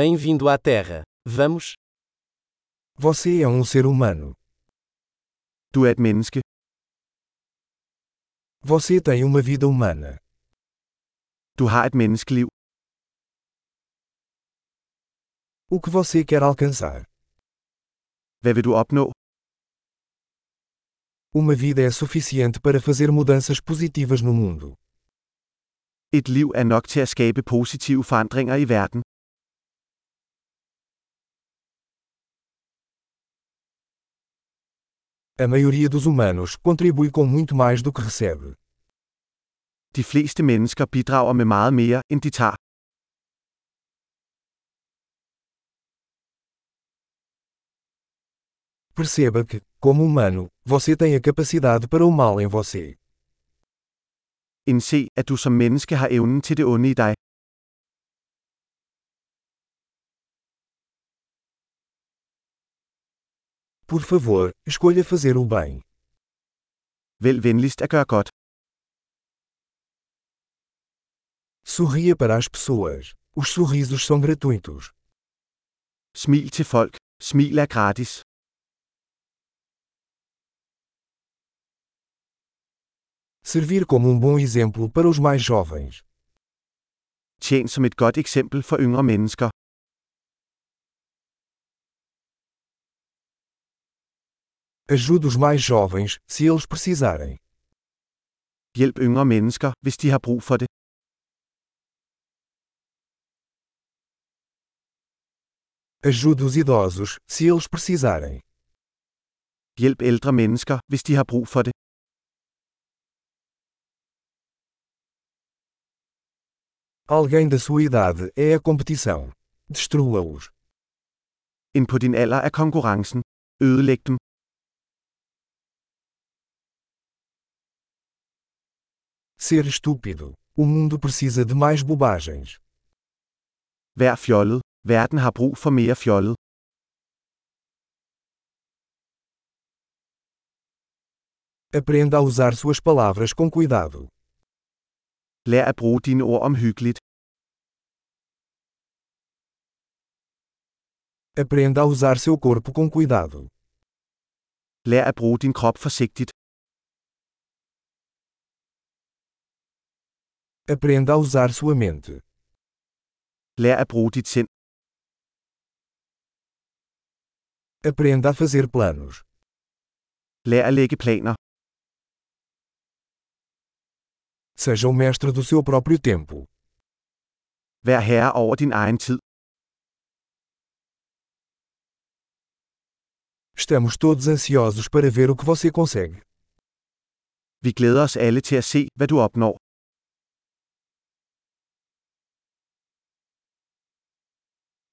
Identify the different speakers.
Speaker 1: Bem-vindo à Terra. Vamos?
Speaker 2: Você é um ser humano.
Speaker 3: Du er et menneske.
Speaker 2: Você tem uma vida humana.
Speaker 3: Du har et menneskeliv.
Speaker 2: O que você quer alcançar?
Speaker 3: Hvad vil du opnå?
Speaker 2: Uma vida é suficiente para fazer mudanças positivas no mundo.
Speaker 3: Et liv er nok til at skabe positive forandringer i verden.
Speaker 2: A maioria dos humanos contribui com muito mais do que recebe.
Speaker 3: De fleste mennesker bidrager med meget mere, end de tager.
Speaker 2: Perceba que, como humano, você tem a capacidade para o mal em você.
Speaker 3: Indse, at du som menneske har evnen til det onde i dig.
Speaker 2: Por favor, escolha fazer o bem.
Speaker 3: Vælg venligst at gøre godt.
Speaker 2: Sorria para as pessoas. Os sorrisos são gratuitos.
Speaker 3: Smil til folk. Smil er gratis.
Speaker 2: Servir como um bom exemplo para os mais jovens.
Speaker 3: Tjen som et godt eksempel for yngre mennesker.
Speaker 2: Ajude os mais jovens, se eles precisarem.
Speaker 3: Hjælp yngre mennesker, hvis de har brug for det.
Speaker 2: Ajude os idosos, se eles precisarem.
Speaker 3: Hjælp ældre mennesker, hvis de har brug for det.
Speaker 2: Alguém da sua idade é a competição. Destrua-os.
Speaker 3: En på din alder er konkurrencen. Ødelæg dem.
Speaker 2: Ser estúpido. O mundo precisa de mais bobagens.
Speaker 3: Vær fjollet. Verden har brug for mere fjollet.
Speaker 2: Aprenda a usar suas palavras com cuidado.
Speaker 3: Lær at bruge dine ord omhyggeligt.
Speaker 2: Aprenda a usar seu corpo com cuidado.
Speaker 3: Lær at bruge din krop forsigtigt.
Speaker 2: Aprenda a usar sua mente.
Speaker 3: Lær at bruge dit sind.
Speaker 2: Aprenda a fazer planos.
Speaker 3: Lær at lægge planer.
Speaker 2: Seja o mestre do seu próprio tempo.
Speaker 3: Vær herre over din egen tid.
Speaker 2: Estamos todos ansiosos para ver o que você consegue.
Speaker 3: Vi glæder os alle til at se, hvad du opnår.